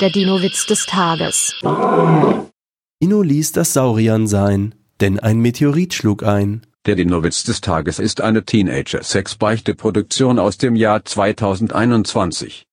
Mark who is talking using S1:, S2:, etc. S1: Der Dino-Witz des Tages.
S2: Inno ließ das Sauriern sein, denn ein Meteorit schlug ein.
S3: Der Dinowitz des Tages ist eine Teenager-Sex-Beichte-Produktion aus dem Jahr 2021.